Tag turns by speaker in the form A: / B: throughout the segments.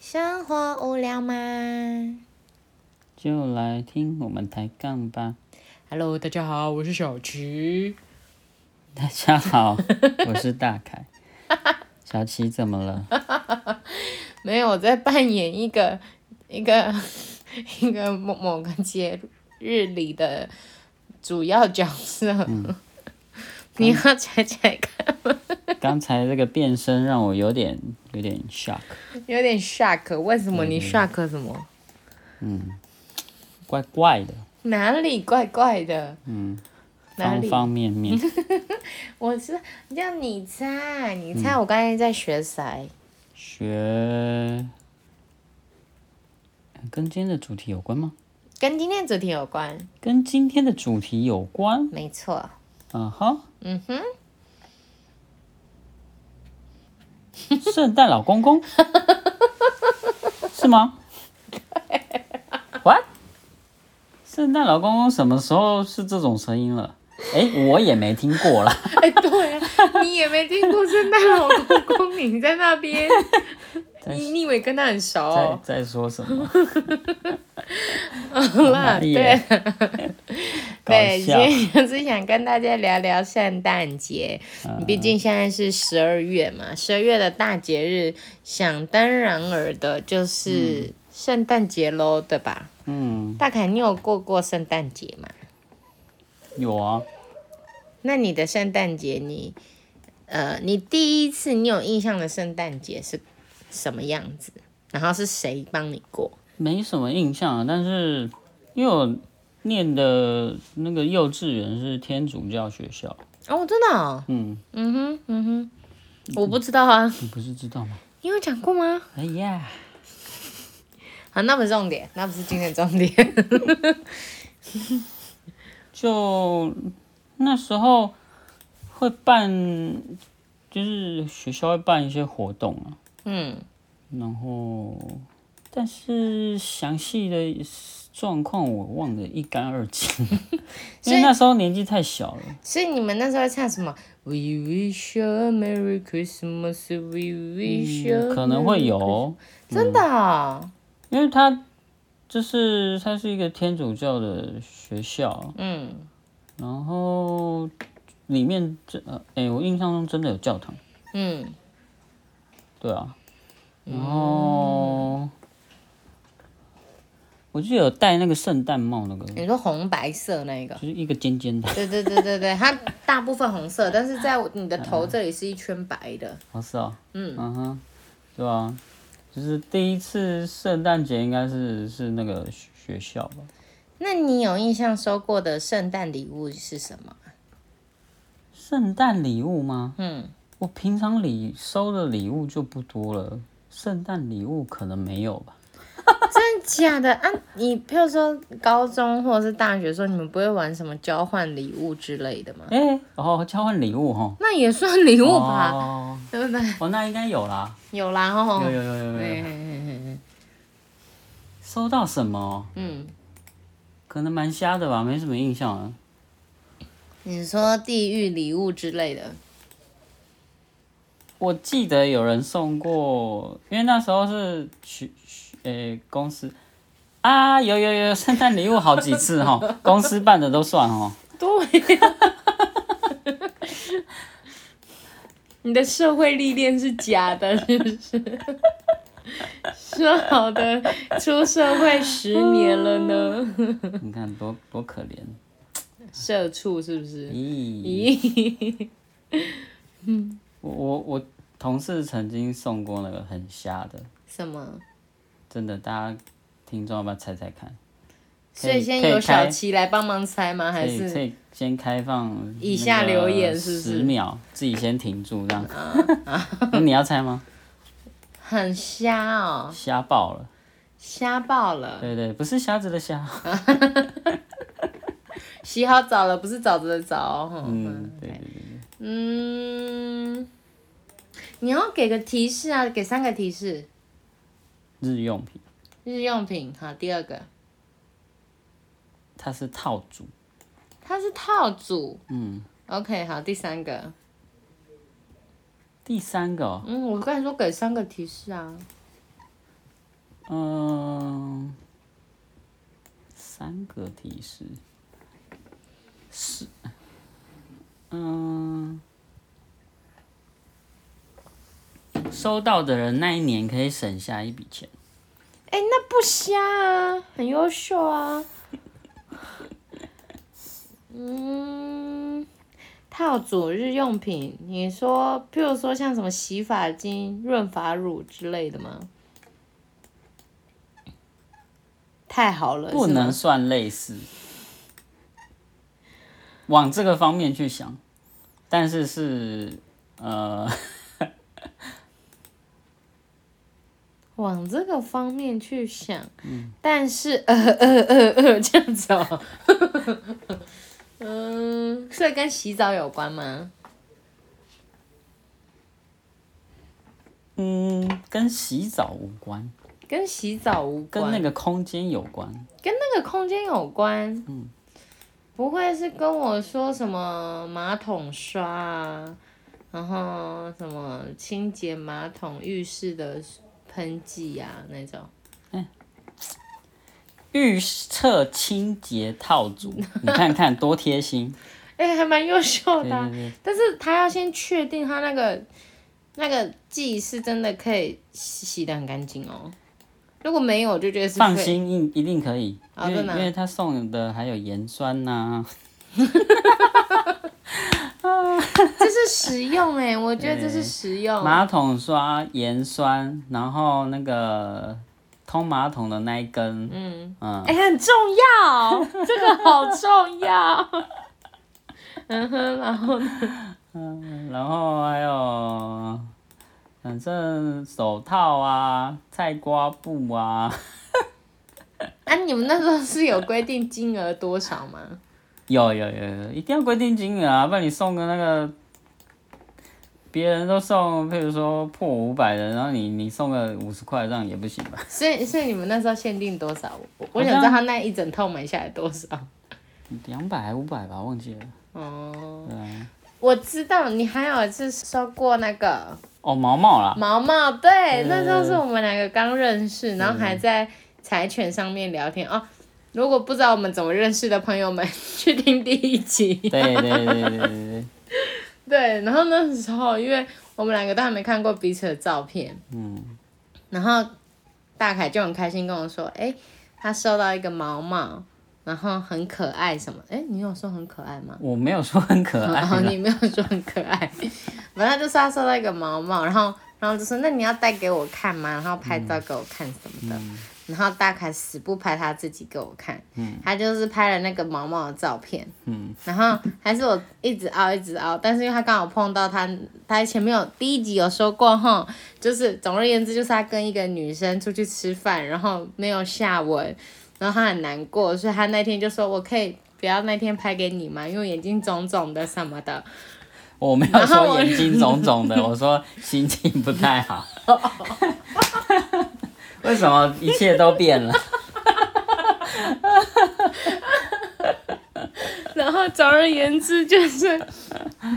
A: 生活无聊吗
B: 就来听我们抬杠吧。
A: ？Hello，大家好，我是小齐。
B: 大 家好，我是大凯。小琪怎么了？
A: 没有，我在扮演一个一个 一个某某个节日里的主要角色。你要猜猜看，
B: 刚才这个变身让我有点有点 shock，
A: 有点 shock，为什么你 shock 什么？
B: 怪怪的，
A: 哪里怪怪的？
B: 嗯，
A: 哪
B: 方
A: 里？
B: 方 面面。
A: 我是让你猜，你猜我刚才在学谁？
B: 学跟今天的主题有关吗？
A: 跟今天主题有关，
B: 跟今天的主题有关。
A: 没错。
B: 嗯哼，
A: 嗯哼，
B: 圣诞老 公公是吗？What？圣诞老公公什么时候是这种声音了？哎，我也没听过啦。
A: 哎，对啊，你也没听过圣 诞老公公，你在那边，你你以为跟他很熟、
B: 在
A: 哦？
B: 在说什么？
A: 好啦，
B: 哪里
A: 对
B: 耶 搞
A: 对，今
B: 笑。
A: 天就是想跟大家聊聊圣诞节。
B: 嗯
A: 毕竟现在是十二月嘛，十二月的大节日，想当然尔的就是圣诞节喽，对吧？
B: 嗯，
A: 大凯，你有过过圣诞节吗？
B: 有啊，
A: 那你的圣诞节，你呃，你第一次你有印象的圣诞节是什么样子？然后是谁帮你过？
B: 没什么印象啊，但是因为我念的那个幼稚园是天主教学校，
A: 哦，真的、哦，
B: 嗯，
A: 嗯哼，嗯哼，我不知道啊，
B: 你不是知道吗？
A: 你有讲过吗？
B: 哎呀，
A: 啊，那不是重点，那不是今天的重 点。
B: 就那时候会办，就是学校会办一些活动啊，
A: 嗯，
B: 然后但是详细的状况我忘得一干二 净，因为那时候年纪太小了。
A: 所以你们那时候唱什么？We wish you a merry Christmas, we wish you、
B: 嗯可能会。有，
A: 真的哦、
B: 因为它就是它是一个天主教的学校，
A: 嗯
B: 然后里面这呃，哎、我印象中真的有教堂，
A: 嗯，
B: 对啊，然后、我记得有戴那个圣诞帽，那个
A: 你说红白色那个
B: 就。是一个尖尖的，
A: 对对对对对，它大部分红色，但是在你的头这里是一圈白的。
B: 哦是哦，
A: 嗯
B: 嗯哼，对啊，就是第一次圣诞节应该是是那个学校吧，
A: 那你有印象收过的圣诞礼物是什么？
B: 圣诞礼物吗？
A: 嗯，
B: 我平常礼收的礼物就不多了，圣诞礼物可能没有吧。
A: 真的假的啊？你譬如说高中或者是大学的时候，你们不会玩什么交换礼物之类的吗？
B: 哎、哦，交换礼物哈。
A: 那也算礼物吧，哦
B: 哦，
A: 对不对？
B: 哦，那应该有啦，
A: 有啦吼。
B: 有有有有有
A: 嘿嘿
B: 有。
A: 嘿嘿嘿
B: 收到什么？
A: 嗯，
B: 可能蛮瞎的吧，没什么印象啊了。
A: 你说地狱礼物之类的，
B: 我记得有人送过，因为那时候是去去诶公司啊，有有有圣诞礼物好几次哈，公司办的都算哦。
A: 对、你的社会历练是假的，是不是？说好的出社会十年了呢，
B: 你看多多可怜，
A: 社畜是不是？
B: 咦。
A: 咦，
B: 我我我同事曾经送过那个很瞎的，
A: 什么？
B: 真的，大家听众要不要猜猜看？
A: 所以先
B: 可以
A: 由小
B: 开
A: 七来帮忙猜吗？
B: 可
A: 还
B: 以可
A: 是
B: 以先开放
A: 以下留言是啊不是
B: 十秒，自己先停住这样。 那你要猜吗？
A: 很瞎哦，
B: 瞎爆了，
A: 瞎爆了！
B: 对对，不是瞎子的瞎，
A: 洗好澡了，不是澡子的澡哦。
B: 嗯
A: 嗯，，
B: 对对对，
A: 嗯，你要给个提示啊，给三个提示。
B: 日用品，
A: 日用品，好，第二个，
B: 它是套组，
A: 它是套组。
B: 嗯，
A: OK，好，第三个，
B: 第三个哦哦
A: 嗯，我刚才说给三个提示啊，
B: 嗯，三个提示是，嗯，收到的人那一年可以省下一笔钱。
A: 哎、那不瞎啊，很优秀啊。 嗯，套组日用品，你说，譬如说像什么洗发精、润发乳之类的吗？太好了，
B: 不
A: 是吗
B: 能算类似，往这个方面去想，但是是呃，
A: 往这个方面去想，
B: 嗯
A: 但是 呃呃呃呃这样子哦， 嗯，所以跟洗澡有关吗？
B: 嗯，跟洗澡无关，
A: 跟洗澡无关，
B: 跟那个空间有关，
A: 跟那个空间有关。
B: 嗯
A: 不会是跟我说什么马桶刷啊，然后什么清洁马桶、浴室的喷剂啊那种。
B: 预测清洁套 组，你看看多贴心，
A: 哎、还蛮优秀
B: 对
A: 的啊、
B: 对对，
A: 但是他要先确定他那个那个剂是真的可以洗洗的很干净哦。如果没有，我就觉得是
B: 放
A: 废
B: 心，一一定可以，
A: 好
B: 因为
A: 真的
B: 因
A: 啊
B: 为他送的还有盐酸呐、
A: 这是实用哎、我觉得这是实用。
B: 马桶刷、盐酸，然后那个通马桶的那一根，嗯嗯。
A: 哎、很重要，这个好重要。嗯哼，然后呢嗯
B: 然后还有，反正手套啊、菜瓜布啊，
A: 啊，你们那时候是有规定金额多少吗？
B: 有有有有，一定要规定金额啊，不然你送个那个，别人都送，譬如说破五百的，然后你你送个五十块，这样也不行 吧？
A: 所以，所以你们那时候限定多少？我我
B: 好像
A: 想知道他那一整套买下来多少。
B: 两百还五百吧，忘记了。
A: 哦，
B: 对啊，
A: 我知道，你还有一次收过那个
B: 哦，毛毛啦，
A: 毛毛，对，
B: 嗯
A: 那时候是我们两个刚认识，然后还在柴犬上面聊天哦。如果不知道我们怎么认识的朋友们， 去听第一集。
B: 对对对对对对对，
A: 对，然后那时候因为我们两个都还没看过彼此的照片，
B: 嗯，
A: 然后大凯就很开心跟我说：“哎、他收到一个毛毛，然后很可爱什么？哎、你有说很可爱吗？”
B: 我没有说很可爱
A: 然后
B: 啦，
A: 哦你没有说很可爱，反正就是他收到一个毛毛，然后然后就说那你要戴给我看吗？然后拍照给我看什么的，
B: 嗯
A: 然后大凯死不拍他自己给我看，他就是拍了那个毛毛的照片，
B: 嗯
A: 然后还是我一直凹一直凹，但是因为他刚好碰到他，他前面有第一集有说过哈，就是总而言之就是他跟一个女生出去吃饭，然后没有下文，然后他很难过，所以他那天就说我可以。不要那天拍给你嘛，因为我眼睛肿肿的什么的，
B: 我没有
A: 然后
B: 说
A: 我
B: 眼睛肿肿的，我说心情不太好。 为什么一切都变了？
A: 然后总而言之就是，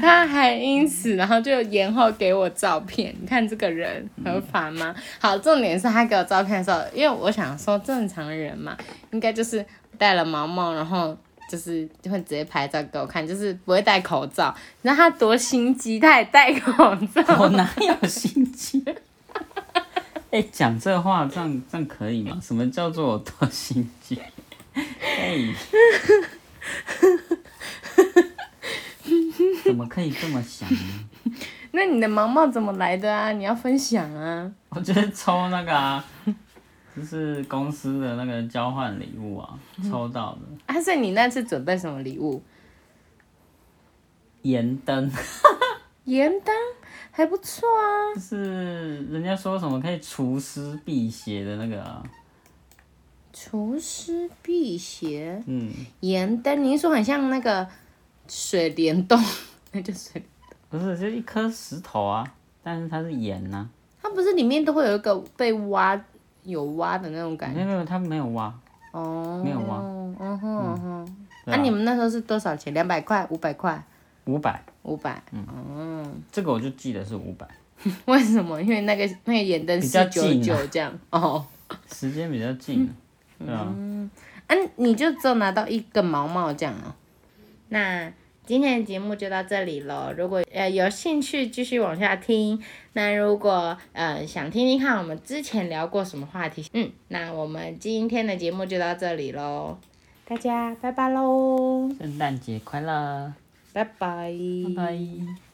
A: 他还因此然后就延后给我照片。你看这个人合法吗？好，重点是他给我照片的时候，因为我想说正常人嘛，应该就是戴了毛毛，然后。就是就会直接拍照给我看，就是不会戴口罩。你知道他多心机，他也戴口罩。
B: 我哪有心机？ 哎、讲这话这样这样可以吗？什么叫做我多心机？ 哎、 怎么可以这么想呢？
A: 那你的毛毛怎么来的啊？你要分享啊。
B: 我就是抽那个啊，就是公司的那个交换礼物啊，抽到的
A: 啊，所以你那次准备什么礼物？
B: 盐灯。
A: 盐灯还不错啊。
B: 就是人家说什么可以除湿辟邪的那个、啊，
A: 除湿辟邪。
B: 嗯，
A: 盐灯，你是说很像那个水帘洞，那就水帘，
B: 不是，就一颗石头啊，但是它是盐啊呐、
A: 它不是里面都会有一个被挖有挖的那种感
B: 没
A: 觉
B: 有没有，它没有挖，
A: 哦，
B: 没有挖
A: 嗯哼嗯哼，
B: 对
A: 那、你们那时候是多少钱？两百块、五百块、
B: 五百，
A: 五百？
B: 这个我就记得是五百，
A: 为什么？因为那个那个盐灯
B: 比较
A: 是九
B: 近
A: 九
B: 啊
A: 这样哦，
B: 时间比较近，
A: 嗯
B: 对啊，
A: 啊，你就只有拿到一个毛毛这样哦。那今天的节目就到这里喽。如果呃有兴趣继续往下听，那如果呃想听听看我们之前聊过什么话题，嗯，那我们今天的节目就到这里喽，大家拜拜喽，
B: 圣诞节快乐，
A: 拜拜，
B: 拜拜。